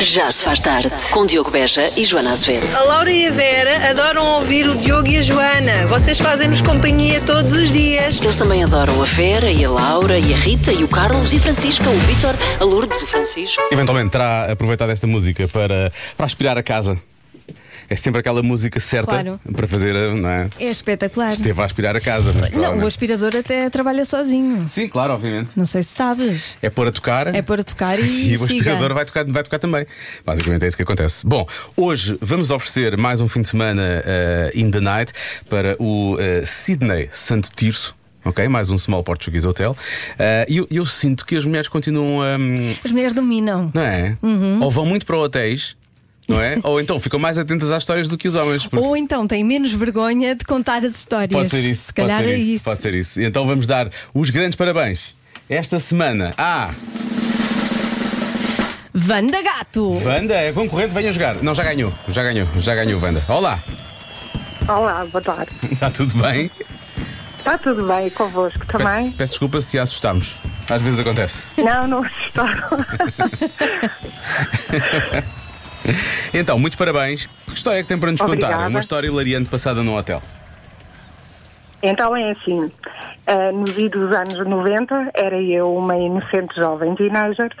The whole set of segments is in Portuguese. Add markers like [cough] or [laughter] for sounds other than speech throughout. Já se faz tarde, com Diogo Beja e Joana Azevedo. A Laura e a Vera adoram ouvir o Diogo e a Joana. Vocês fazem-nos companhia todos os dias. Eles também adoram a Vera e a Laura e a Rita e o Carlos e a Francisca, o Vítor, a Lourdes, o Francisco. Eventualmente terá aproveitado esta música para, para aspirar a casa. É sempre aquela música certa Claro. para fazer, não é? É espetacular. Esteve a aspirar a casa. mas Não, provavelmente- o aspirador até trabalha sozinho. Sim, claro, obviamente. Não sei se sabes. É pôr a tocar. É pôr a tocar e, [laughs] E o siga. aspirador vai tocar, vai tocar também. Basicamente é isso que acontece. Bom, hoje vamos oferecer mais um fim de semana eh, in the night para o eh, Sydney Santo Tirso. Ok? Mais um Small Portuguese Hotel. Eh, E eu, eu sinto que as mulheres continuam a. hum, As mulheres dominam. Não é? Uhum. Ou vão muito para hotéis, não é? Ou então ficam mais atentas às histórias do que os homens. porque- Ou então têm menos vergonha de contar as histórias. Pode ser isso, Oh, Se calhar pode ser é isso, isso. Pode ser isso. E Então vamos dar os grandes parabéns esta semana à Vanda Gato! Wanda, a concorrente, venha jogar. Não, já ganhou, já ganhou, já ganhou Wanda. Olá, [laughs] Olá, boa tarde. está tudo bem? Está tudo bem Pe- [laughs] convosco também? Peço desculpa se a assustámos. Às vezes acontece. Não, não assustaram. Então, muitos parabéns. Que história é que tem para nos contar? Obrigada. Uma história hilariante passada num hotel. Então é assim, ah, nos idos anos 90, era eu uma inocente jovem teenager,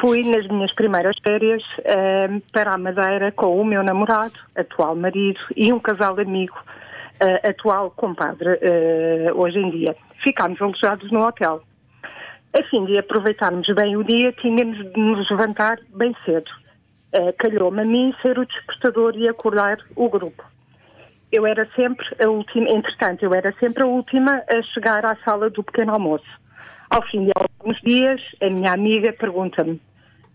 fui nas minhas primeiras férias ah, para a Madeira com o meu namorado, atual marido, e um casal de amigo, ah, atual compadre, ah, hoje em dia. Ficámos alojados no hotel. A fim de aproveitarmos bem o dia, tínhamos de nos levantar bem cedo. Eh, Calhou-me a mim ser o despertador e acordar o grupo. Eu era sempre a última, entretanto, eu era sempre a última a chegar à sala do pequeno almoço. Ao fim de alguns dias, a minha amiga pergunta-me: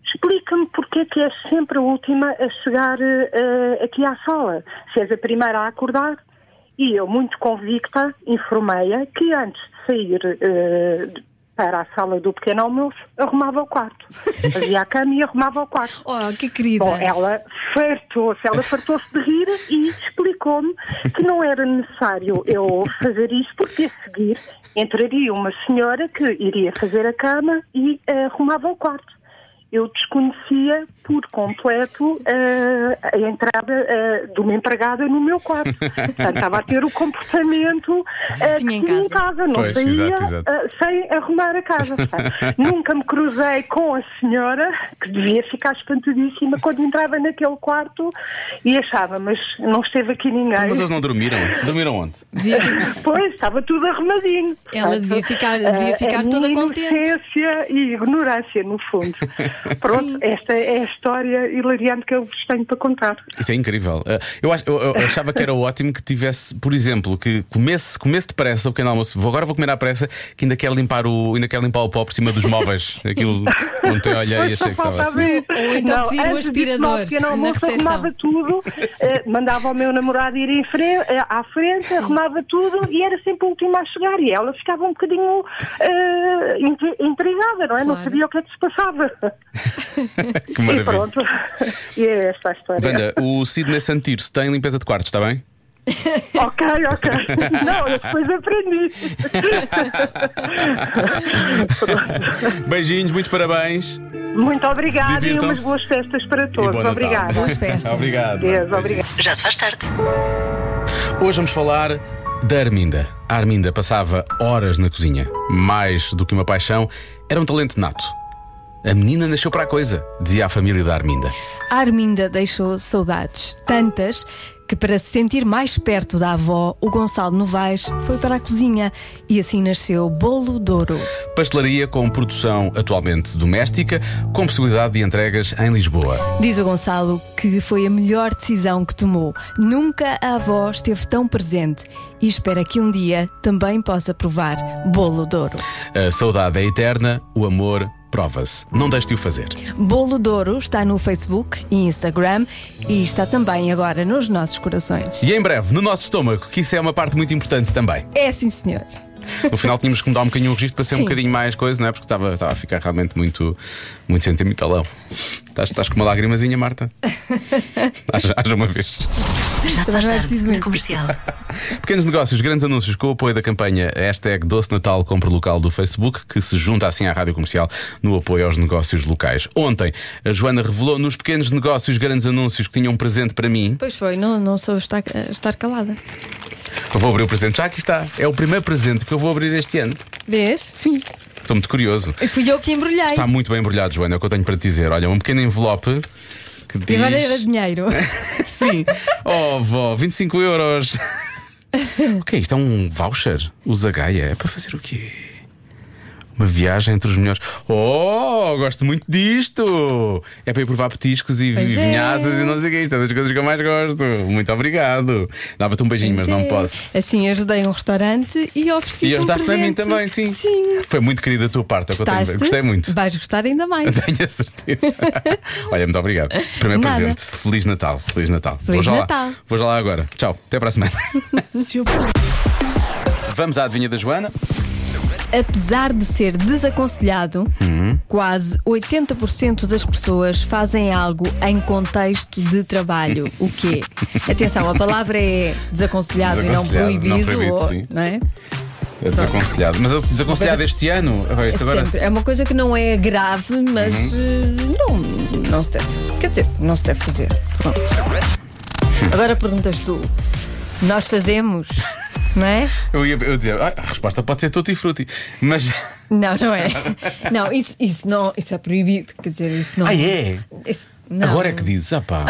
explica-me porque é que és sempre a última a chegar eh, eh, aqui à sala. Se és a primeira a acordar. E eu, muito convicta, informei-a que antes de sair eh, para a sala do pequeno almoço, arrumava o quarto. Fazia a cama e arrumava o quarto. Oh, que querida! Bom, é ela fartou-se, ela fartou-se de rir e explicou-me que não era necessário eu fazer isso, porque a seguir entraria uma senhora que iria fazer a cama e eh, arrumava o quarto. Eu desconhecia por completo eh, a entrada eh, de uma empregada no meu quarto. Portanto, estava a ter o comportamento eh, Tinha em que tinha em casa. casa, não Pois, saía exato, exato. eh, sem arrumar a casa. [laughs] sabe? Nunca me cruzei com a senhora, que devia ficar espantadíssima quando entrava naquele quarto e achava, mas não esteve aqui ninguém. Mas eles não dormiram? Dormiram onde? Devia fi- [laughs] Pois, estava tudo arrumadinho. Ela Portanto, devia ficar- devia eh, ficar a toda minha contente. inocência e ignorância, no [laughs] fundo. Sim. Pronto, esta é a história hilariante que eu vos tenho para contar. Isso é incrível. Ah, Eu, acho- eu- eu achava que era ótimo que tivesse, por exemplo, que comesse, comesse depressa o pequeno almoço. Vou, agora vou comer à pressa, que ainda quero limpar o, ainda quero limpar o pó por cima dos móveis. [laughs] Aquilo ontem olhei e Pois achei só que estava faltava assim. isso. Ou então pedir o Não, antes de tomar aspirador o pequeno na almoço, recepção. arrumava tudo, eh, mandava o meu namorado ir em fre- eh, à frente, arrumava tudo e era sempre o último a chegar. E ela ficava um bocadinho eh, intri- intrigada, não é? Não Claro. sabia o que é que se passava. Que E maravilha. pronto. [laughs] E é esta a história. Wanda, o Sidney Santirso tem limpeza de quartos, está [laughs] bem? Ok, [laughs] ok. Não, eu depois aprendi. Beijinhos, muitos parabéns. Muito obrigada e Divirtam-se. umas boas festas para e bom todos. Natal. Obrigada. Boas festas. Obrigado. Deus, Wanda. obrigada. Já se faz tarde. Hoje vamos falar da Arminda. A Arminda passava horas na cozinha. Mais do que uma paixão, era um talento nato. A menina nasceu para a coisa, dizia a família da Arminda. A Arminda deixou saudades, tantas que para se sentir mais perto da avó, o Gonçalo Novaes foi para a cozinha e assim nasceu Bolo Douro. Pastelaria com produção atualmente doméstica, com possibilidade de entregas em Lisboa. Diz o Gonçalo que foi a melhor decisão que tomou. Nunca a avó esteve tão presente e espera que um dia também possa provar Bolo Douro. A saudade é eterna, o amor prova-se. Não deixe de o fazer. Bolo Douro está no Facebook e Instagram e está também agora nos nossos corações. E em breve, no nosso estômago, que isso é uma parte muito importante também. É sim, senhor. No final tínhamos que mudar um bocadinho o registro para ser um Sim. bocadinho mais coisa, não é? Porque estava, estava a ficar realmente muito, muito sentimentalão. Estás, estás com uma lagrimazinha, Marta? Haja haja uma vez. Já se faz Agora não é tarde preciso na muito. comercial. Pequenos negócios, grandes anúncios com o apoio da campanha hashtag Doce Natal Compre Local do Facebook, que se junta assim à Rádio Comercial no apoio aos negócios locais. Ontem, a Joana revelou nos pequenos negócios grandes anúncios que tinham um presente para mim. Pois foi, não, não soube estar, estar calada. Eu vou abrir o presente, já aqui está. É o primeiro presente que eu vou abrir este ano. Vês? Sim. Estou muito curioso. E fui eu que embrulhei. Está muito bem embrulhado, Joana, é o que eu tenho para te dizer. Olha, um pequeno envelope que E diz. agora [laughs] era [laughs] dinheiro. Sim. Oh, vó, 25 [laughs] euros. o que é isto? É um voucher? Usa Gaia? É para fazer o quê? Uma viagem entre os melhores. Oh, gosto muito disto! É para ir provar petiscos e Pois é. vinhaças e não sei o que. Isto é das coisas que eu mais gosto. Muito obrigado. Dava-te um beijinho, mas não Sim. posso. Assim, ajudei um restaurante e ofereci. E um ajudaste a mim presente. também, sim. Sim. Foi muito querida a tua parte. é o que eu tenho- Gostaste? Gostei muito. Vais gostar ainda mais. [laughs] Tenho a [laughs] certeza. Olha, muito obrigado. Primeiro Nada. presente. Feliz Natal. Feliz Natal. Feliz já Lá. Natal. Vou já lá agora. Tchau. Até para a [laughs] semana. Vamos à adivinha da Joana. Apesar de ser desaconselhado, Uhum. quase 80% das pessoas fazem algo em contexto de trabalho. [laughs] O quê? Atenção, a palavra é Desaconselhado, desaconselhado, e não proibido. não proibido, ou- sim. não é? É desaconselhado. Mas eu desaconselhado Uma coisa- este ano. Agora, É isto agora. Uhum. sempre. É uma coisa que não é grave, mas eh, não, não se deve. Quer dizer, não se deve fazer. Pronto. Agora perguntas tu: nós [laughs] fazemos, não é? Eu ia eu dizer, ah, a resposta pode ser tutti frutti. Mas. Não, [laughs] não é. Não, isso, isso não, isso é proibido. Quer dizer, isso não. Ah, é? Isso, não, Agora é que dizes, ah pá.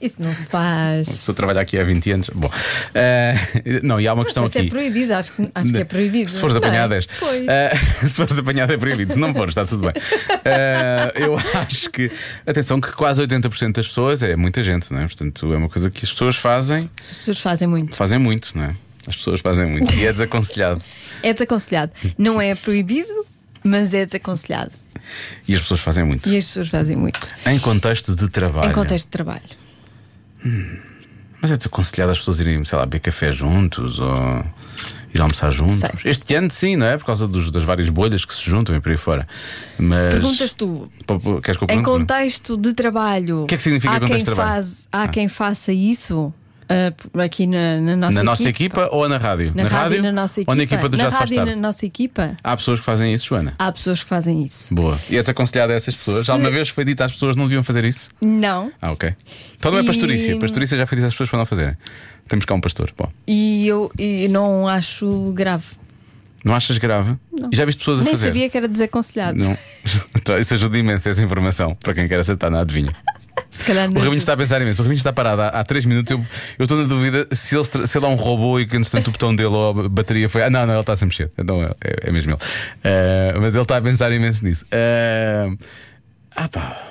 Isso não se A faz. pessoa trabalha aqui há 20 anos. Bom. eh, não, e há uma Não questão sei se aqui. é proibido, acho que, acho que é proibido. Se fores Não é? apanhada, és. Pois. Ah, [laughs] se fores apanhada, é proibido. Se não fores, está tudo bem. Ah, eu acho que. Atenção, que quase 80% das pessoas é muita gente, não é? Portanto, é uma coisa que as pessoas fazem, As pessoas fazem muito. fazem muito, não é? As pessoas fazem muito e é desaconselhado. É desaconselhado. Não é proibido, mas é desaconselhado. E as pessoas fazem muito. E as pessoas fazem muito. Em contexto de trabalho. Em contexto de trabalho. Mas é desaconselhado as pessoas irem, sei lá, beber café juntos ou ir almoçar juntos. Sei. Este ano, sim, não é? Por causa dos- das várias bolhas que se juntam e por aí fora. Mas. Perguntas tu. Pá, pá, Queres que eu Em pergunte? contexto de trabalho. O que é que significa há contexto quem de trabalho? Ah. Faz, há quem faça isso ah, p- aqui na, na nossa Na equipa. nossa equipa ou na rádio? Na, rádio, e na nossa equipa. Ou na equipa do na Já se faz rádio e tarde? na Ah. nossa equipa. Há pessoas que fazem isso, Joana. Há pessoas que fazem isso. Boa. E é-te aconselhado a essas pessoas? Já uma vez foi dito às pessoas que não deviam fazer isso? Não. Ah, ok. Então não é E- pastorícia. Pastorícia já foi dito às pessoas para não fazerem. Temos cá um pastor. Bom, E eu e não acho grave. não achas grave? E já viste pessoas a Nem fazer? sabia que era desaconselhado. Não. [laughs] Então, isso ajuda imenso essa informação para quem quer acertar na adivinha. Se calhar O não. Raminho está a pensar imenso. O Raminho está parado há, há 3 minutos. Eu eu estou na dúvida se ele, se tra- se ele é um robô e que, entretanto, o botão dele ou a bateria foi. Ah, não, não, ele está a se mexer. Não, é, é mesmo ele. Ah, mas ele está a pensar imenso nisso. Ah, ah, pá.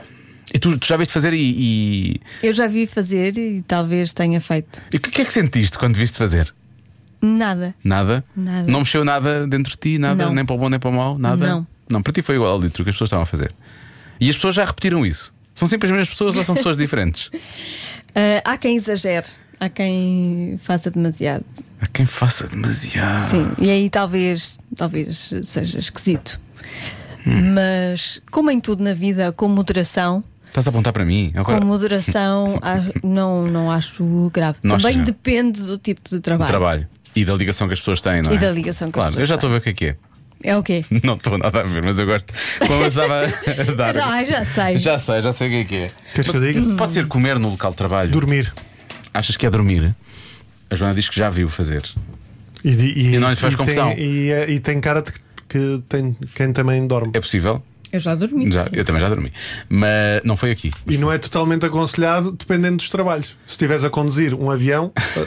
E tu, tu já viste fazer e. e- Eu já vi fazer e talvez tenha feito. E o que, que é que sentiste quando viste fazer? Nada. Nada? Nada. Não mexeu nada dentro de ti? Nada? Não. Nem para o bom, nem para o mau? Nada? Não. Não, para ti foi igual ao litro que as pessoas estavam a fazer. E as pessoas já repetiram isso. São sempre as mesmas pessoas ou são pessoas [laughs] diferentes? Ah, há quem exagere. Há quem faça demasiado. Há quem faça demasiado. Sim, e aí talvez, talvez seja esquisito. Mas, como em tudo na vida, com moderação, Estás a apontar para mim? É um Agora, com [laughs] moderação, a- não, não acho grave. Nós Também já- depende do tipo de o trabalho. trabalho. E da ligação que as pessoas têm, não é? E da ligação que as Claro, pessoas eu já têm. estou a ver o que é que é. [laughs] É o quê? Não estou nada a ver, mas eu gosto. Como eu estava [laughs] a dar. Já- ai, já sei. Já sei, já sei o que é que é. Queres que eu Mas diga? Pode ser comer no local de trabalho. Dormir. Achas que é dormir? A Joana diz que já viu fazer. E, di- E não lhe faz confusão. Tem, e, é- e tem cara de que- que tem quem também dorme. É possível? Eu já dormi. Já, sim. eu também já dormi. Mas não foi aqui. E não é totalmente aconselhado, dependendo dos trabalhos. Se estiveres a conduzir [laughs] um avião ou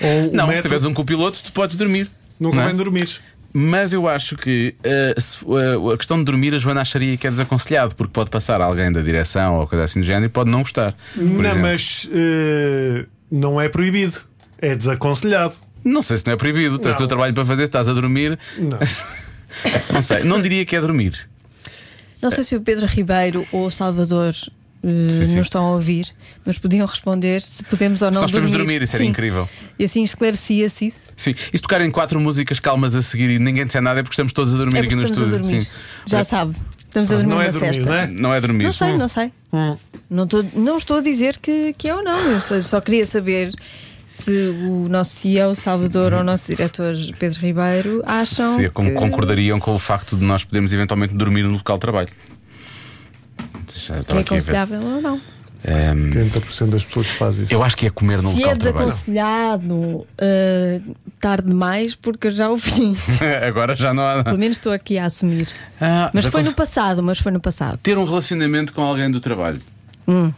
um Não, se metro, tiveres um copiloto, tu podes dormir. não não é? convém dormir. Mas eu acho que uh, se- uh, a questão de dormir, a Joana acharia que é desaconselhado, porque pode passar alguém da direção ou coisa assim do género e pode não gostar. por não, exemplo. mas eh, não é proibido. É desaconselhado. Não sei se não é proibido, tens o Não. teu trabalho para fazer, se estás a dormir. Não. Não sei, não diria que é dormir. Não sei se o Pedro Ribeiro ou o Salvador eh, Sim, sim. nos estão a ouvir, mas podiam responder se podemos ou não nós podemos dormir. dormir, isso era Sim. incrível. E assim esclarecia-se isso. Sim, e se tocarem quatro músicas calmas a seguir e ninguém disser nada é porque estamos todos a dormir é aqui porque no estamos a estúdio. É. dormir. Sim. Já sabe. Estamos a dormir Hum. não é uma dormir, cesta. não é? Não é dormir. Não sei, não sei. Não, tô- não estou a dizer que, que é ou não, eu só, só queria saber se o nosso CEO Salvador ou o nosso diretor Pedro Ribeiro acham. Se é como que- concordariam com o facto de nós podermos eventualmente dormir no local de trabalho. Já estou que é aqui a ver. aconselhável ou não. Ahm, 30% das pessoas faz isso. eu acho que é comer no Se local é de trabalho. desaconselhado ah, tarde demais, porque eu já o fiz. [laughs] Agora já não há. Pelo menos estou aqui a assumir. Ah, Mas foi desaconse- no passado, mas foi no passado. Ter um relacionamento com alguém do trabalho.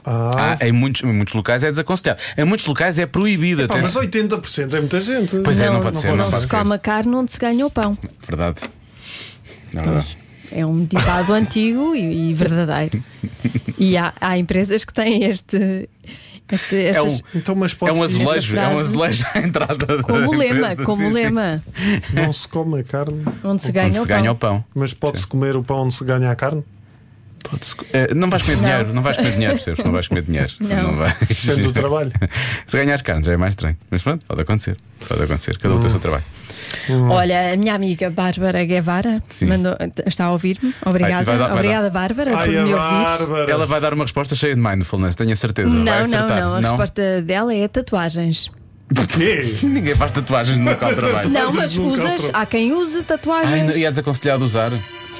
Ah. Ah, em, muitos, em muitos locais é desaconselhado. Em muitos locais é proibido Pá, até. mas 80% é muita gente. Pois é, não pode ser, não se pode ser. come a carne onde se ganha o pão. Verdade. Não é verdade. É [laughs] um ditado antigo e, e verdadeiro. E há, há empresas que têm este. este- É estas, um, Então, mas é pode um ser esta azulejo, é um frase. azulejo à entrada da [laughs] Como lema, empresa, como sim, sim. lema. Não se come a carne, Onde se Onde ganha se o ganha o pão. pão. mas pode-se comer o pão onde se ganha a carne? Pode-se co- Eh, não vais comer dinheiro, não vais comer dinheiro, percebes? Não vais comer dinheiro. Não. vais. Depende do trabalho. [laughs] Se ganhares carne já é mais estranho. Mas pronto, pode acontecer. Pode acontecer. Cada um tem o seu trabalho. Olha, a minha amiga Bárbara Guevara Sim. mandou- está a ouvir-me. Obrigada. Ai, vai dar- vai Obrigada, Bárbara, por Ai, me a ouvir. Bárbara. Ela vai dar uma resposta cheia de mindfulness, tenho a certeza. Não, vai não, acertar. não. A resposta dela é tatuagens. Porquê? [laughs] Ninguém faz tatuagens no local de trabalho. [laughs] Não, Mas mas nunca usas. outro. Há quem use Ai, tatuagens. não- e é desaconselhado usar.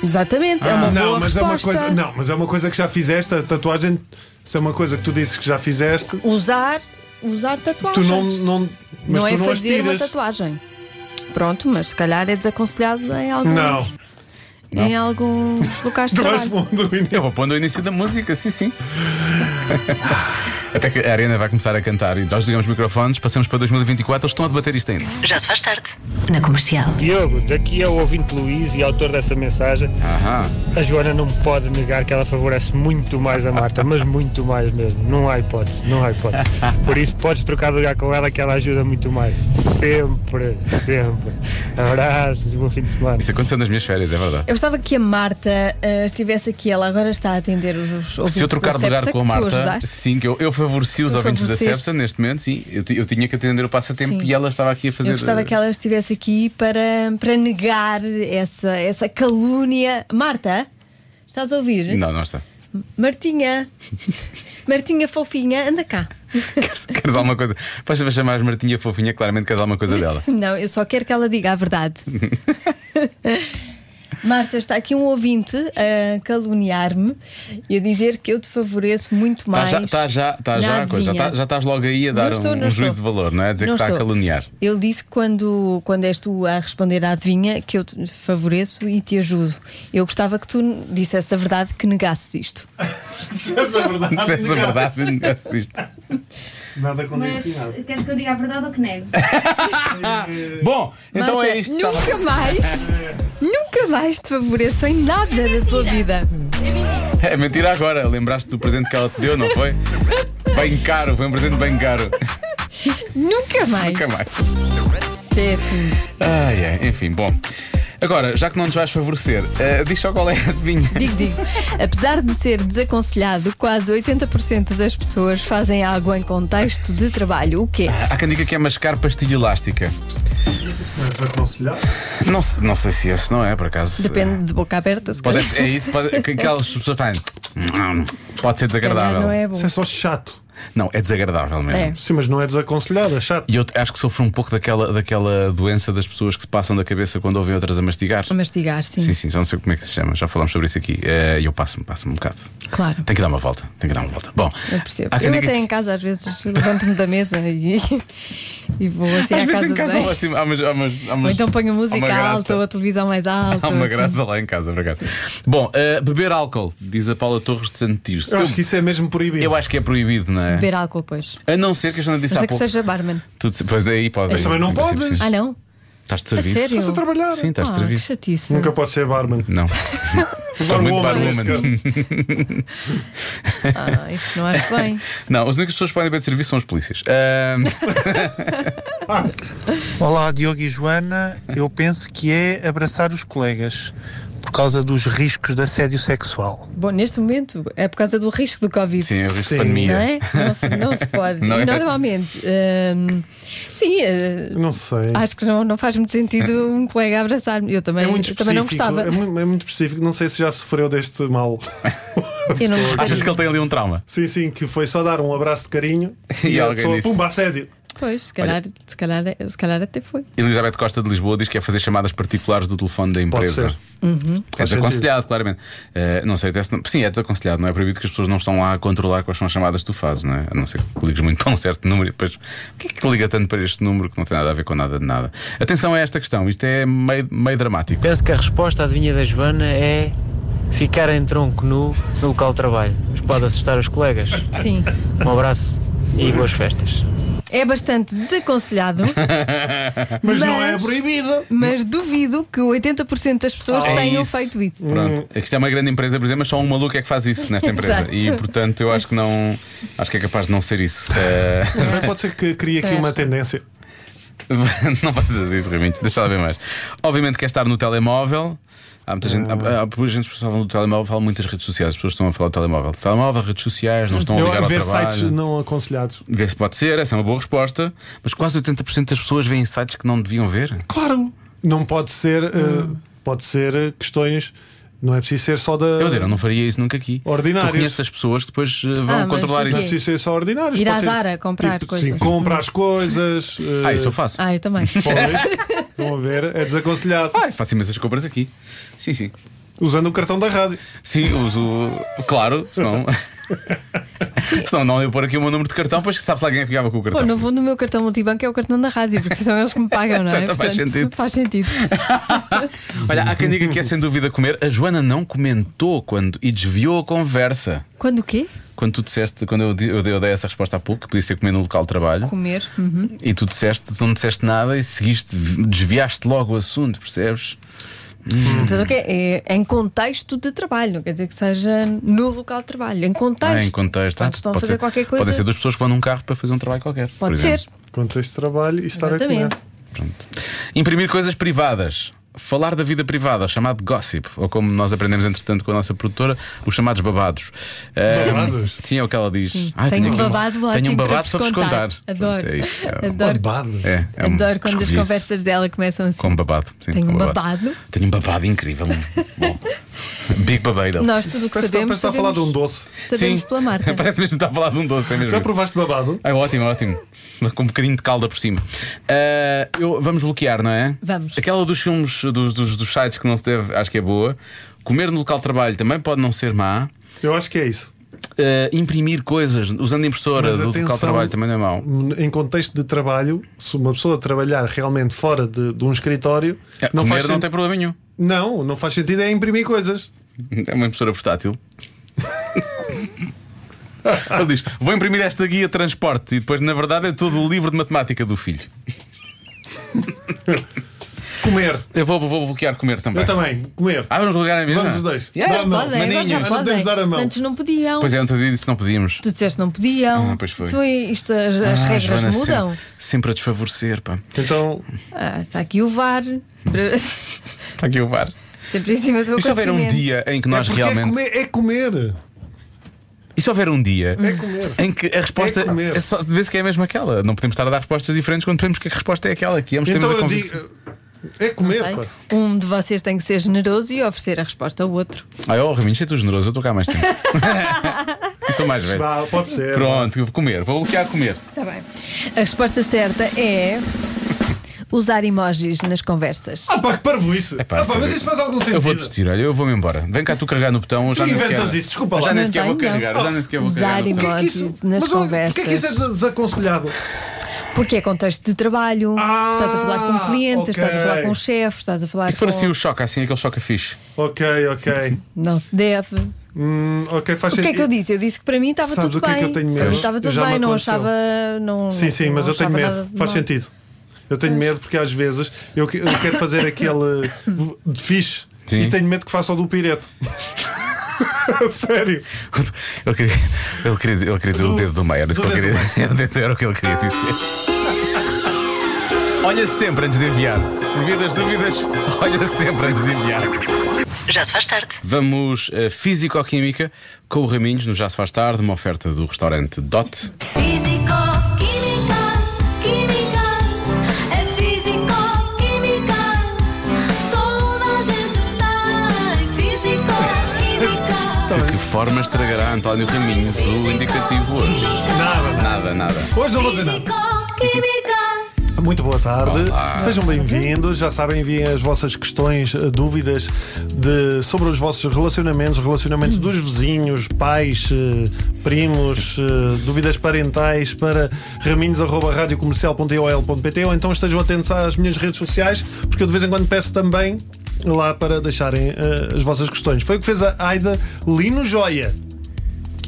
Exatamente. é uma Não, boa mas é resposta. uma coisa, não, mas é uma coisa que já fizeste, a tatuagem, se é uma coisa que tu dizes que já fizeste, Usar, usar tu tatuagens. não não mas Não tu é não as fazer uma tiras. tatuagem. Pronto, mas se calhar é desaconselhado em alguns, Não, Em [laughs] alguns locais de tu vais trabalho. fundo e Eu vou pondo o início da música, sim, sim. Até que a Arena vai começar a cantar e nós ligamos os microfones, passamos para 2024, eles estão a debater isto ainda. Já se faz tarde. Na comercial. Diogo, daqui é o ouvinte Luís e autor dessa mensagem. Ah. Aham. A Joana não pode negar que ela favorece muito mais a Marta, mas muito mais mesmo. Não há hipótese, não [laughs] há hipótese. Por isso podes trocar de lugar com ela que ela ajuda muito mais. Sempre, sempre. Abraços e bom fim de semana. Isso aconteceu nas minhas férias, é verdade. Eu gostava que a Marta ah, estivesse aqui. Ela agora está a atender os ouvintes Se eu trocar da de lugar Cepsa, com a que tu Marta, ajudaste. sim, que eu, eu favoreci os Tu ouvintes da favoreceste. Cepsa neste momento, sim. Eu, ti- eu tinha que atender o passatempo Sim. e ela estava aqui a fazer. eh, Eu gostava que ela estivesse aqui para, para negar essa, essa calúnia. Marta, estás a ouvir? Não, não está. [laughs] Martinha, Martinha fofinha, anda cá. Queres, queres alguma coisa? Vais vais chamar as Martinha Fofinha, claramente queres alguma coisa [laughs] dela. Não, eu só quero que ela diga a verdade. Marta, está aqui um ouvinte a caluniar-me e a dizer que eu te favoreço muito Está mais. já, tá já, tá na já, a coisa, já, adivinha. tá- já estás logo aí a dar Não estou, um, não um juízo de estou. valor, não é? A dizer Não que está a estou. caluniar. Ele disse que quando, quando és tu a responder à adivinha que eu te favoreço e te ajudo. Eu gostava que tu dissesse a verdade que negasses isto. Essa é verdade. Se essa é verdade, não assisto. Nada Mas condicionado. queres que eu diga a verdade ou que negue? Bom, então Marta, é isto. Nunca mais, nunca mais te favoreço em nada da tua vida. É mentira agora, lembraste do presente que ela te deu, não foi? Bem caro, foi um presente bem caro. É Nunca mais. Nunca mais. Isto é assim. Ai, ai, enfim, bom. Agora, já que não nos vais favorecer, eh, diz só qual é a adivinha. Digo, digo. Apesar de ser desaconselhado, quase 80% das pessoas fazem algo em contexto de trabalho. O quê? Há quem diga que é mascar pastilha elástica. é Aconselhar? Não, se- não sei se esse não é, por acaso. Depende de boca aberta, se Pode calhar. ser- é isso, pode, que aquelas pessoas fazem. Pode ser desagradável. Não é bom. Isso é só chato. Não, é desagradável mesmo. É. Sim, mas não é desaconselhado, é chato. E eu acho que sofro um pouco daquela, daquela doença das pessoas que se passam da cabeça quando ouvem outras a mastigar. A mastigar, sim. Sim, sim, já não sei como é que se chama, já falámos sobre isso aqui. Eh, eu passo-me, passo-me um bocado. Claro. Tem que dar uma volta, tem que dar uma volta. Bom, Eu percebo. há quem Eu diga até que- em casa às vezes levanto-me da mesa e, [laughs] e vou assim Às à vezes casa em de casa banho. lá assim, há umas- há umas- há Ou umas- então ponho a há uma música graça. alta ou a televisão mais alta. Há uma assim. graça lá em casa, por acaso. Bom, eh, beber álcool, diz a Paula Torres de Santo Tirso. Eu acho que isso é mesmo proibido. eu acho que é proibido, não é? Beber álcool, pois. A não ser que a Joana disse Mas há é que pouco. seja barman. Tudo, pois daí pode. Mas também não Em princípio, podes. sim. Ah, não? Estás de A serviço. sério? Estás a trabalhar. Sim, estás de Ah, que serviço. chatice. Nunca pode ser barman. Não. Estou muito Barwoman, neste barwoman. Ah, isto não acho bem. Não, as únicas pessoas que podem beber de serviço são os polícias. [laughs] Ahm, Olá, Diogo e Joana. Eu penso que é abraçar os colegas por causa dos riscos de assédio sexual. Bom, neste momento é por causa do risco do Covid. sim, é o risco de Sim. pandemia. Não é? Não se, não se [laughs] pode. Não e é? normalmente. hum, sim, eh, Não sei. acho que não, não faz muito sentido um colega abraçar-me. Eu também, é muito eu também específico. não gostava. [laughs] É mu- é muito específico. Não sei se já sofreu deste mal. Eu não Achas que gostaria. ele tem ali um trauma? Sim, sim, que foi só dar um abraço de carinho [laughs] E e, a alguém pessoa, disse- pumba, assédio. Pois, se calhar, se, calhar, se calhar até foi. Elizabeth Costa de Lisboa diz que é fazer chamadas particulares do telefone da empresa. ser. Uhum. É Faz desaconselhado, claramente. Eh, não sei até se. não- Sim, é desaconselhado. Não é proibido que as pessoas não estão lá a controlar quais são as chamadas que tu fazes, não é? A não ser que ligues muito para um certo número e depois. O que é que liga tanto para este número que não tem nada a ver com nada de nada? Atenção a esta questão. Isto é meio, meio dramático. Penso que a resposta à adivinha da Joana é ficar em tronco nu no local de trabalho. Mas pode assustar os colegas. Sim. Um abraço e boas festas. É bastante desaconselhado, Mas, não Mas- é proibida. mas duvido que 80% das pessoas É tenham isso. feito isso. Pronto. É que isto é uma grande empresa, por exemplo, mas só um maluco é que faz isso nesta empresa. Exato. E portanto eu acho que não. Acho que é capaz de não ser isso. Eh, [laughs] Mas não pode ser que crie aqui Sim. uma tendência. [laughs] não faças isso, Raminhos. Deixa lá ver mais. Obviamente quer estar no telemóvel. Há muita gente. Há, há, há gente que fala do telemóvel, fala muitas redes sociais. As pessoas estão a falar do telemóvel. Telemóvel, redes sociais, não estão a Eu ligar a ao ver trabalho. sites não aconselhados. Vê se pode ser, essa é uma boa resposta. Mas quase 80% das pessoas veem sites que não deviam ver. Claro. Não pode ser. eh, Hum. pode ser eh, questões. Não é preciso ser só da. Eu dizer, eu não faria isso nunca aqui. Ordinários. Tu conheces as pessoas que depois eh, Ah, vão mas controlar porquê? Não isso. é preciso ser só ordinários. Ir à pode ser, Zara comprar tipo, coisas. Sim, compra as coisas. Ah, eh, isso eu faço. Ah, eu também. [laughs] Pois, estão a ver, é desaconselhado. Ah, eu faço imensas compras aqui. Sim, sim. Usando o cartão da rádio. Sim, uso. Claro, [laughs] senão. [laughs] senão não eu pôr aqui o meu número de cartão, pois que sabes lá quem é que ficava com o cartão. Pô, no fundo, o meu cartão multibanco é o cartão da rádio, porque são eles que me pagam, não é? Então faz sentido. Faz sentido. [laughs] Olha, há quem diga que é sem dúvida comer. A Joana não comentou quando e desviou a conversa. Quando o quê? Quando tu disseste, quando eu, di- eu dei- eu dei essa resposta há pouco, que podia ser comer no local de trabalho, Comer. Uhum. e tu disseste, tu não disseste nada e seguiste, desviaste logo o assunto, percebes? Uhum. Então, o quê? É em contexto de trabalho, não quer dizer que seja no local de trabalho. Em contexto. Ah, em contexto. Quando ah, estão a pode fazer ser- qualquer coisa. Podem ser duas pessoas que vão num carro para fazer um trabalho qualquer. por Pode exemplo. ser. Contexto de trabalho e estar né? Exatamente. a comer. Pronto. Imprimir coisas privadas. Falar da vida privada, o chamado gossip, ou como nós aprendemos entretanto com a nossa produtora, os chamados babados. Ahm, Babados? sim, é o que ela diz. Sim. Ai, tenho um aqui babado ótimo Tenho um babado para vos contar. Adoro. Pronto, é isso. É, [laughs] Adoro, Babado. é, é um adoro quando as escolhice. conversas dela começam assim. Com babado. Sim, Tenho com um babado. Tenho um babado [laughs] incrível. Bom. Big babeiro. Nós tudo o que Parece que sabemos. está a falar de um sabemos- doce. É, Sabemos Sim. pela marca. [laughs] é? Parece mesmo que está a falar de um doce, é mesmo? Já isso. provaste babado? É ótimo, ótimo. Com um bocadinho de calda por cima. Ah, eu- vamos bloquear, não é? Vamos. Aquela dos filmes, dos, dos, dos sites que não se deve, acho que é boa. Comer no local de trabalho também pode não ser má. Eu acho que é isso. Ah, imprimir coisas usando impressora Mas do local atenção, de trabalho também não é mau. Em contexto de trabalho, se uma pessoa trabalhar realmente fora de, de um escritório, É, não, comer faz não sen- tem problema nenhum. não, não faz sentido é imprimir coisas. É uma impressora portátil. [laughs] Ele diz: Vou imprimir esta guia de transporte e depois, na verdade, é todo o livro de matemática do filho. Comer. Eu vou, vou bloquear comer também. Eu também, comer. Ah, vamos bloquear a mesma? Vamos os dois. Yeah. Dá a mão. Podem, agora Maninho. já é, Não podem. podemos dar a mão. Antes não podiam. Pois é, ontem dia disse que não podíamos. Tu disseste não podiam. Ah, pois foi. Tu, é isto, as, as Ah, regras Joana, mudam. Sempre, sempre a desfavorecer, pá. Então, Ah, está aqui o VAR. Para- [laughs] Está aqui o bar. Sempre em cima do E se houver um acontecimento. dia em que nós é porque realmente. é comer. É comer. E se houver um dia É comer. em que a resposta. É comer. só de vez que é a mesma aquela. Não podemos estar a dar respostas diferentes quando sabemos que a resposta é aquela que ambos Então temos a eu convicção. digo. É Não comer, sei. claro. Um de vocês tem que ser generoso e oferecer a resposta ao outro. Ai, oh, Raminhos, sei tu generoso, eu estou cá há mais [laughs] tempo. E Sou mais velho. Vá, pode ser. Pronto, eu vou comer, vou bloquear comer. Está Tá bem. A resposta certa é usar emojis nas conversas. Ah, pá, que parvo isso. É Pá, ah, pá, mas sabe- isso faz algum sentido. Eu vou desistir, olha, eu vou-me embora. Vem cá tu carregar no botão, eu já Tu nem sequer- inventas isso, desculpa eu lá. Já nem Não sequer tenho, vou carregar, não. já nem sequer vou Usar carregar no O que botão. é que isso? Nas- nas mas o que é que isso é conversas. desaconselhado? Porque é contexto de trabalho, Ah, estás a falar com o cliente, ok. estás a falar com o chefe, estás a falar E se for com. assim o choque, assim aquele choque fixe? Ok, ok. Não se deve. Hum, ok, faz O que é sentido. que eu disse? Eu disse que para mim estava Sabes tudo o que é bem. que eu tenho Para medo? mim estava Eu tudo já me bem, não aconteceu. achava. Não, Sim, sim, não mas eu tenho achava nada medo. de Faz mal. sentido. Eu tenho medo porque às vezes eu, que- eu quero [laughs] fazer aquele de fixe Sim. e tenho medo que faça o do [laughs] pirete. Sério. Ele queria, ele queria, dizer- ele queria dizer o Do- dedo do meio, era isso que do ele queria [laughs] dedo do dizer. O dedo Era o que ele queria [laughs] dizer. Olha sempre antes de enviar. Por via das dúvidas, olha sempre antes de enviar. Já se faz tarde. Vamos a Físico-Química com o Raminhos, no Já Se Faz Tarde, uma oferta do restaurante Dot. Físico, química, química, é físico, química. Toda a gente tem físico, química. Então, Que forma estragará António Raminhos o indicativo hoje? Nada, Nada, nada. Hoje não vou dizer nada. Muito boa tarde, Olá. sejam bem-vindos. Já sabem, enviem as vossas questões, eh, dúvidas de- sobre os vossos relacionamentos, relacionamentos dos vizinhos, pais, eh, primos, eh, dúvidas parentais para raminhos.radiocomercial.iol.pt ou então estejam atentos às minhas redes sociais, porque eu de vez em quando peço também lá para deixarem eh, as vossas questões. Foi o que fez a Aida Lino Joia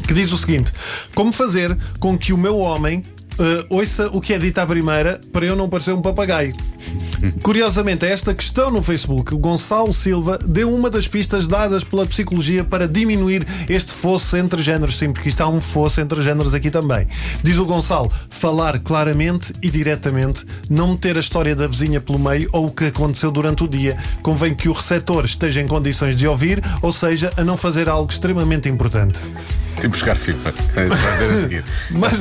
que diz o seguinte: Como fazer com que o meu homem eh, ouça o que é dito à primeira para eu não parecer um papagaio? Curiosamente, a esta questão no Facebook, o Gonçalo Silva deu uma das pistas dadas pela psicologia para diminuir este fosso entre géneros. Sim, porque isto há um fosso entre géneros aqui também. Diz o Gonçalo: falar claramente e diretamente, não meter a história da vizinha pelo meio ou o que aconteceu durante o dia. Convém que o receptor esteja em condições de ouvir, ou seja, a não fazer algo extremamente importante. Tipo buscar FIFA. É isso que vai dizer a [laughs] seguir. Mais,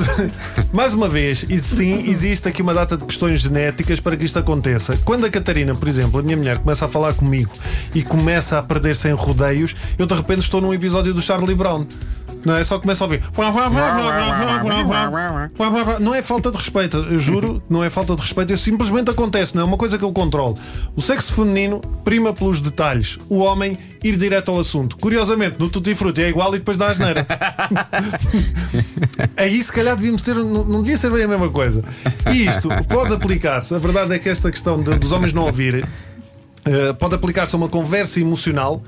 mais uma vez, e sim, existe aqui uma data de questões genéticas para que isto aconteça. Quando a Catarina, por exemplo, a minha mulher, começa a falar comigo e começa a perder-se em rodeios, eu de repente estou num episódio do Charlie Brown. Não é? Só começo a ouvir. Não é falta de respeito, eu juro, não é falta de respeito, isso simplesmente acontece, não é uma coisa que eu controlo. O sexo feminino prima pelos detalhes, o homem ir direto ao assunto. Curiosamente, no Tutti Frutti é igual e depois dá asneira. Aí se calhar devíamos ter, não, não devia ser bem a mesma coisa. E isto pode aplicar-se. A verdade é que esta questão de- dos homens não ouvirem eh, pode aplicar-se a uma conversa emocional.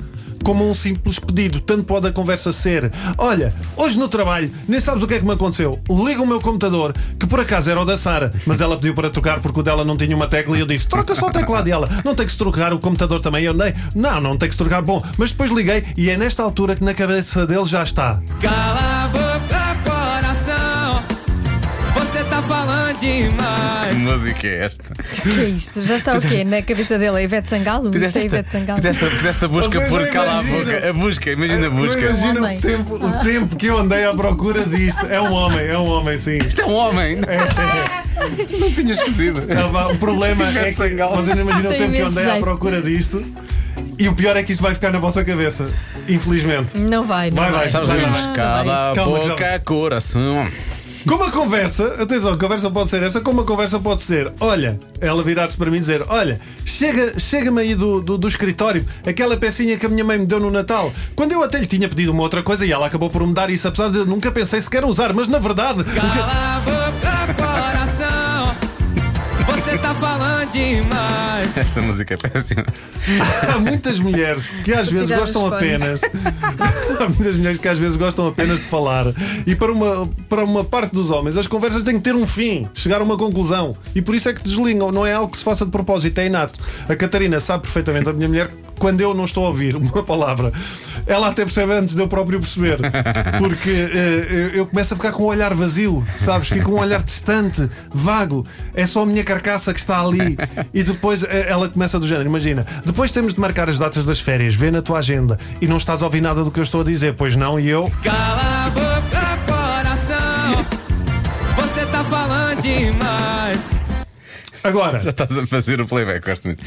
Como um simples pedido, tanto pode a conversa ser: Olha, hoje no trabalho, nem sabes o que é que me aconteceu. Liga o meu computador, que por acaso era o da Sara, mas ela pediu para trocar porque o dela não tinha uma tecla e eu disse: Troca só o teclado dela, não tem que se trocar o computador também. Eu nem, não, não tem que se trocar. Bom, mas depois liguei e é nesta altura que na cabeça dele já está: Cala a boca, coração. Você tá falando Que demais. música é esta? Que é isto? Já está o quê? Na cabeça dele? É Ivete Sangalo? Isto Fizeste é esta, Ivete Sangalo. fizeste, fizeste a busca Vocês por não cala a imaginam. boca. A busca, imagina a Não busca. imagina Um homem. o tempo, o tempo que eu andei à procura disto. É um homem, é um homem, sim. Isto é um homem. É. Não tinha esquecido. Ah, vá, O problema é que vocês não imaginam o Tem tempo que eu imenso andei à jeito. procura disto. E o pior é que isso vai ficar na vossa cabeça. Infelizmente. Não vai, não Vai, vai. vai. Sabes os livros? Cala a Calma, boca, coração. Como a conversa, atenção, a conversa pode ser essa, como a conversa pode ser, olha, ela virar-se para mim e dizer, olha, chega- chega-me aí do, do, do escritório, aquela pecinha que a minha mãe me deu no Natal, quando eu até lhe tinha pedido uma outra coisa e ela acabou por me dar isso, apesar de eu nunca pensei sequer usar, mas na verdade, o que- Cala a boca, coração. Você tá falando demais. Esta música é péssima. [laughs] Há muitas mulheres que às vezes Tirar os gostam fones. apenas. [laughs] Há muitas mulheres que às vezes gostam apenas de falar. E para uma, para uma parte dos homens, as conversas têm que ter um fim, chegar a uma conclusão. E por isso é que deslingam, não é algo que se faça de propósito, é inato. A Catarina sabe perfeitamente, a minha mulher, quando eu não estou a ouvir uma palavra, ela até percebe antes de eu próprio perceber. Porque eh, eu- eu começo a ficar com um olhar vazio, sabes? Fica um olhar distante, vago. É só a minha carcaça que está ali. E depois eh, ela começa do género. Imagina, depois temos de marcar as datas das férias, vê na tua agenda e não estás a ouvir nada do que eu estou a dizer, pois não? E eu. Cala a boca, coração. Você tá falando demais. Agora, Já estás a fazer o playback, gosto muito.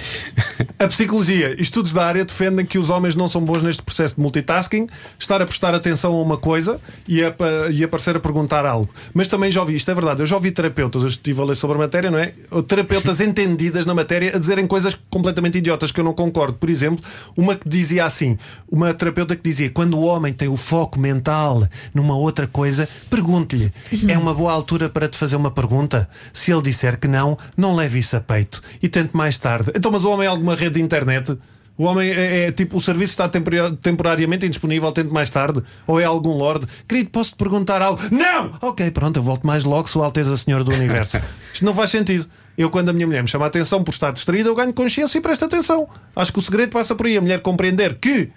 a psicologia. Estudos da área defendem que os homens não são bons neste processo de multitasking, estar a prestar atenção a uma coisa e a, pa- e a parecer a perguntar algo. Mas também já ouvi isto, é verdade. Eu já ouvi terapeutas, eu estive a ler sobre a matéria, não é? Ou Terapeutas entendidas na matéria a dizerem coisas completamente idiotas que eu não concordo. Por exemplo, uma que dizia assim: uma terapeuta que dizia, quando o homem tem o foco mental numa outra coisa, pergunte-lhe: é uma boa altura para te fazer uma pergunta? Se ele disser que não, não leve isso a peito e tente mais tarde. Então, mas o homem é alguma rede de internet? O homem é, é tipo, o serviço está temporia- temporariamente indisponível, tente mais tarde? Ou é algum lorde? Querido, posso te perguntar algo? Não! Ok, pronto, eu volto mais logo, Sua Alteza Senhora do Universo. Isto não faz sentido. Eu, quando a minha mulher me chama a atenção por estar distraída, eu ganho consciência e presto atenção. Acho que o segredo passa por aí. A mulher compreender que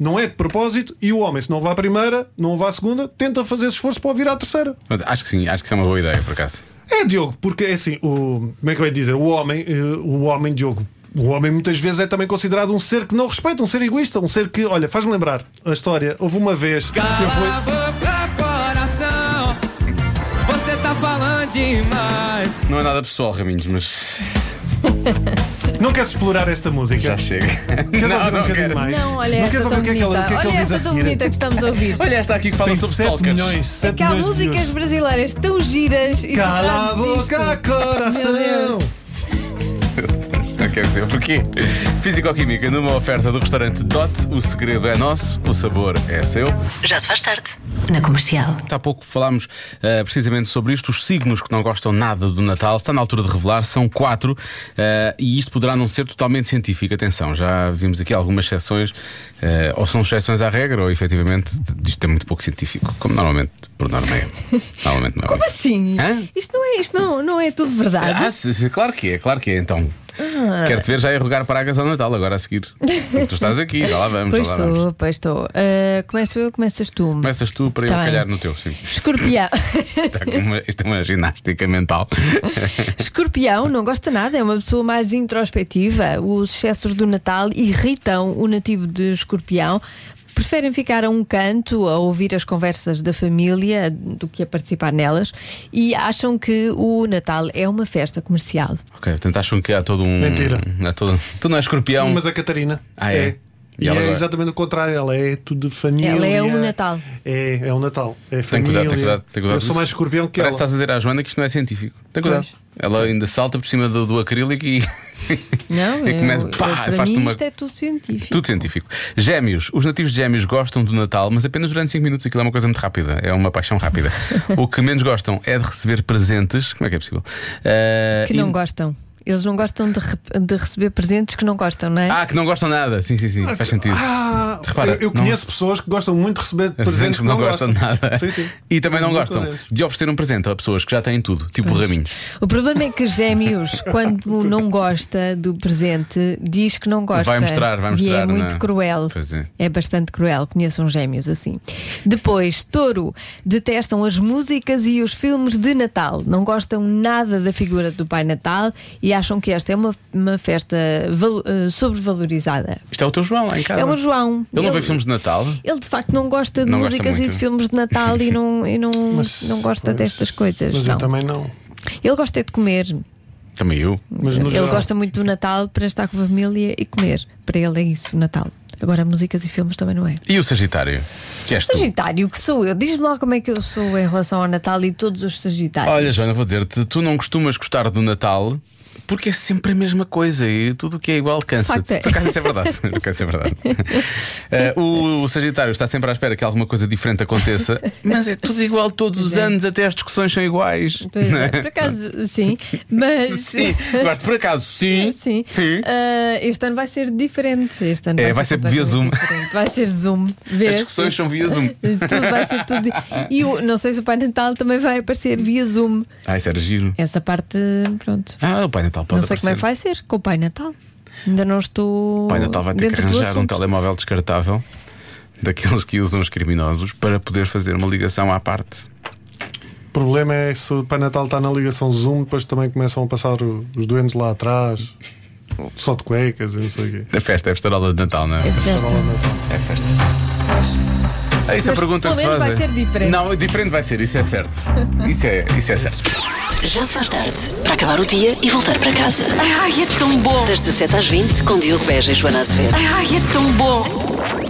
não é de propósito e o homem, se não vá à primeira, não vá à segunda, tenta fazer esse esforço para vir à terceira. Mas acho que sim, acho que isso é uma boa ideia, por acaso. É, Diogo, porque é assim, o, como é que eu ia dizer? O homem, eh, o homem, Diogo, o homem muitas vezes é também considerado um ser que não respeita, um ser egoísta, um ser que, olha, faz-me lembrar a história. Houve uma vez que eu fui. Cala a boca, coração. Você tá falando demais. Não é nada pessoal, Raminhos, mas. Não queres explorar esta música? Já chega. Queres Não, ouvir um não bocadinho quero. mais? Não, olha queres esta ouvir tão o que é que ele, o que bonita. é que ele Olha diz esta a tão seguir? bonita que estamos a [laughs] ouvir. Olha esta aqui que fala Tem sobre 7 stalkers. milhões, É 7 que há milhões de músicas views. brasileiras tão giras e tu Cala a trazes isto. boca, coração! Meu Deus. Não quero dizer porquê. Físico-química numa oferta do restaurante Dot. O segredo é nosso, o sabor é seu. Já se faz tarde. Na comercial. Há pouco falámos eh, precisamente sobre isto. Os signos que não gostam nada do Natal, está na altura de revelar, são quatro. eh, e isto poderá não ser totalmente científico. Atenção, já vimos aqui algumas exceções, eh, ou são exceções à regra, ou efetivamente isto é muito pouco científico, como normalmente, por norma [laughs] é. Normalmente não é. Como assim? Hã? Isto não é, isto não, não é tudo verdade. Ah, sim, sim, claro que é, claro que é, então. Ah. Quero-te ver já a rogar pragas ao Natal, agora a [laughs] seguir. tu estás aqui, já lá vamos, pois já lá vamos. estou, pois estou. Ah, começo eu, começas tu. Começas tu para eu Tá bem. calhar no teu, sim. Escorpião. [laughs] Está aqui uma- Isto é uma ginástica mental. Escorpião não gosta nada, é uma pessoa mais introspectiva. Os excessos do Natal irritam o nativo de Escorpião. Preferem ficar a um canto a ouvir as conversas da família do que a participar nelas e acham que o Natal é uma festa comercial. Ok, portanto acham que há todo um. Mentira. Há todo... Tu não és escorpião. Mas a Catarina Ah, é? E E, ela é agora? exatamente o contrário, ela é tudo de família. Ela é um Natal. É, é um Natal. É Tem família. cuidado, tem cuidado, tem cuidado. Eu sou mais escorpião Parece que ela. que estás a dizer à Joana que isto não é científico. Tem cuidado. Ela ainda salta por cima do, do acrílico e. [laughs] Não, e começa. eu- Pá, para faz-te mim uma. isto é tudo científico. Tudo científico. Gêmeos. Os nativos de gêmeos gostam do Natal, mas apenas durante 5 minutos. Aquilo é uma coisa muito rápida. É uma paixão [laughs] rápida. o que menos gostam é de receber presentes. Como é que é possível? Eh, Que não e- gostam. Eles não gostam de, re- de receber presentes que não gostam, não é? Ah, que não gostam nada. Sim, sim, sim. Faz sentido. Ah, Repara, eu, eu não- conheço pessoas que gostam muito de receber presentes que não, gostam de nada. [laughs] Sim, sim. E também não Muito gostam deles. de oferecer um presente a pessoas que já têm tudo, tipo raminhos. O problema é [laughs] que gêmeos, quando não gosta do presente, diz que não gosta. Vai mostrar, vai E mostrar, é muito não é? cruel. Pois é. bastante cruel. Conheço uns gêmeos assim. Depois, touro. Detestam as músicas e os filmes de Natal. Não gostam nada da figura do Pai Natal e acham que esta é uma, uma festa valo- eh, sobrevalorizada. Isto é o teu João lá em casa. É o João. Ele não vê filmes de Natal? Ele de facto não gosta de Não gosta músicas e muito. de filmes de Natal e não, e não, [laughs] Mas, não gosta pois, destas coisas. Mas não. eu também não. Ele gosta é de comer. Também eu. Mas no ele geral- gosta muito do Natal para estar com a família e comer. Para ele é isso, o Natal. Agora, músicas e filmes também não é. E o Sagitário? Que és tu? Sagitário, que sou eu? Diz-me lá como é que eu sou em relação ao Natal e todos os Sagitários. Olha, Joana, vou dizer-te, tu não costumas gostar do Natal porque é sempre a mesma coisa e tudo o que é igual facto é. cansa-te. Por acaso isso é verdade. Por acaso isso é verdade. [laughs] Eh, o, o Sagitário está sempre à espera que alguma coisa diferente aconteça, mas é tudo igual todos os anos, até as discussões são iguais. Pois não [laughs] é, é? por acaso, sim, mas. [laughs] Sim, gosto por acaso, sim. Sim. Sim. Ah, este ano vai ser diferente. Este ano É, vai ser via completamente Zoom. diferente. Vai ser Zoom. Vês? [laughs] As discussões são via Zoom. [laughs] Tudo vai ser tudo. E o- não sei se o Pai Natal também vai aparecer via Zoom. Ah, isso era giro. Essa parte, pronto. Ah, o Pai Natal pode não sei como é que aparecer. vai ser com o Pai Natal. Ainda não estou. O Pai Natal vai ter que dentro do arranjar um assunto. telemóvel descartável daqueles que usam os criminosos para poder fazer uma ligação à parte. O problema é se o Pai Natal está na ligação Zoom, depois também começam a passar o- os doentes lá atrás, só de cuecas e não sei o quê. A festa é a festarola de Natal, não é? É festa. É festa. É isso a Mas pergunta pelo que se menos faz, vai é? ser diferente. Não, diferente vai ser, isso é certo. Isso é, isso é certo. Já se faz tarde. Para acabar o dia e voltar para casa. Ai, é tão bom. Das 17 às 20, com Diogo Beja e Joana Azevedo. Ai, é tão bom.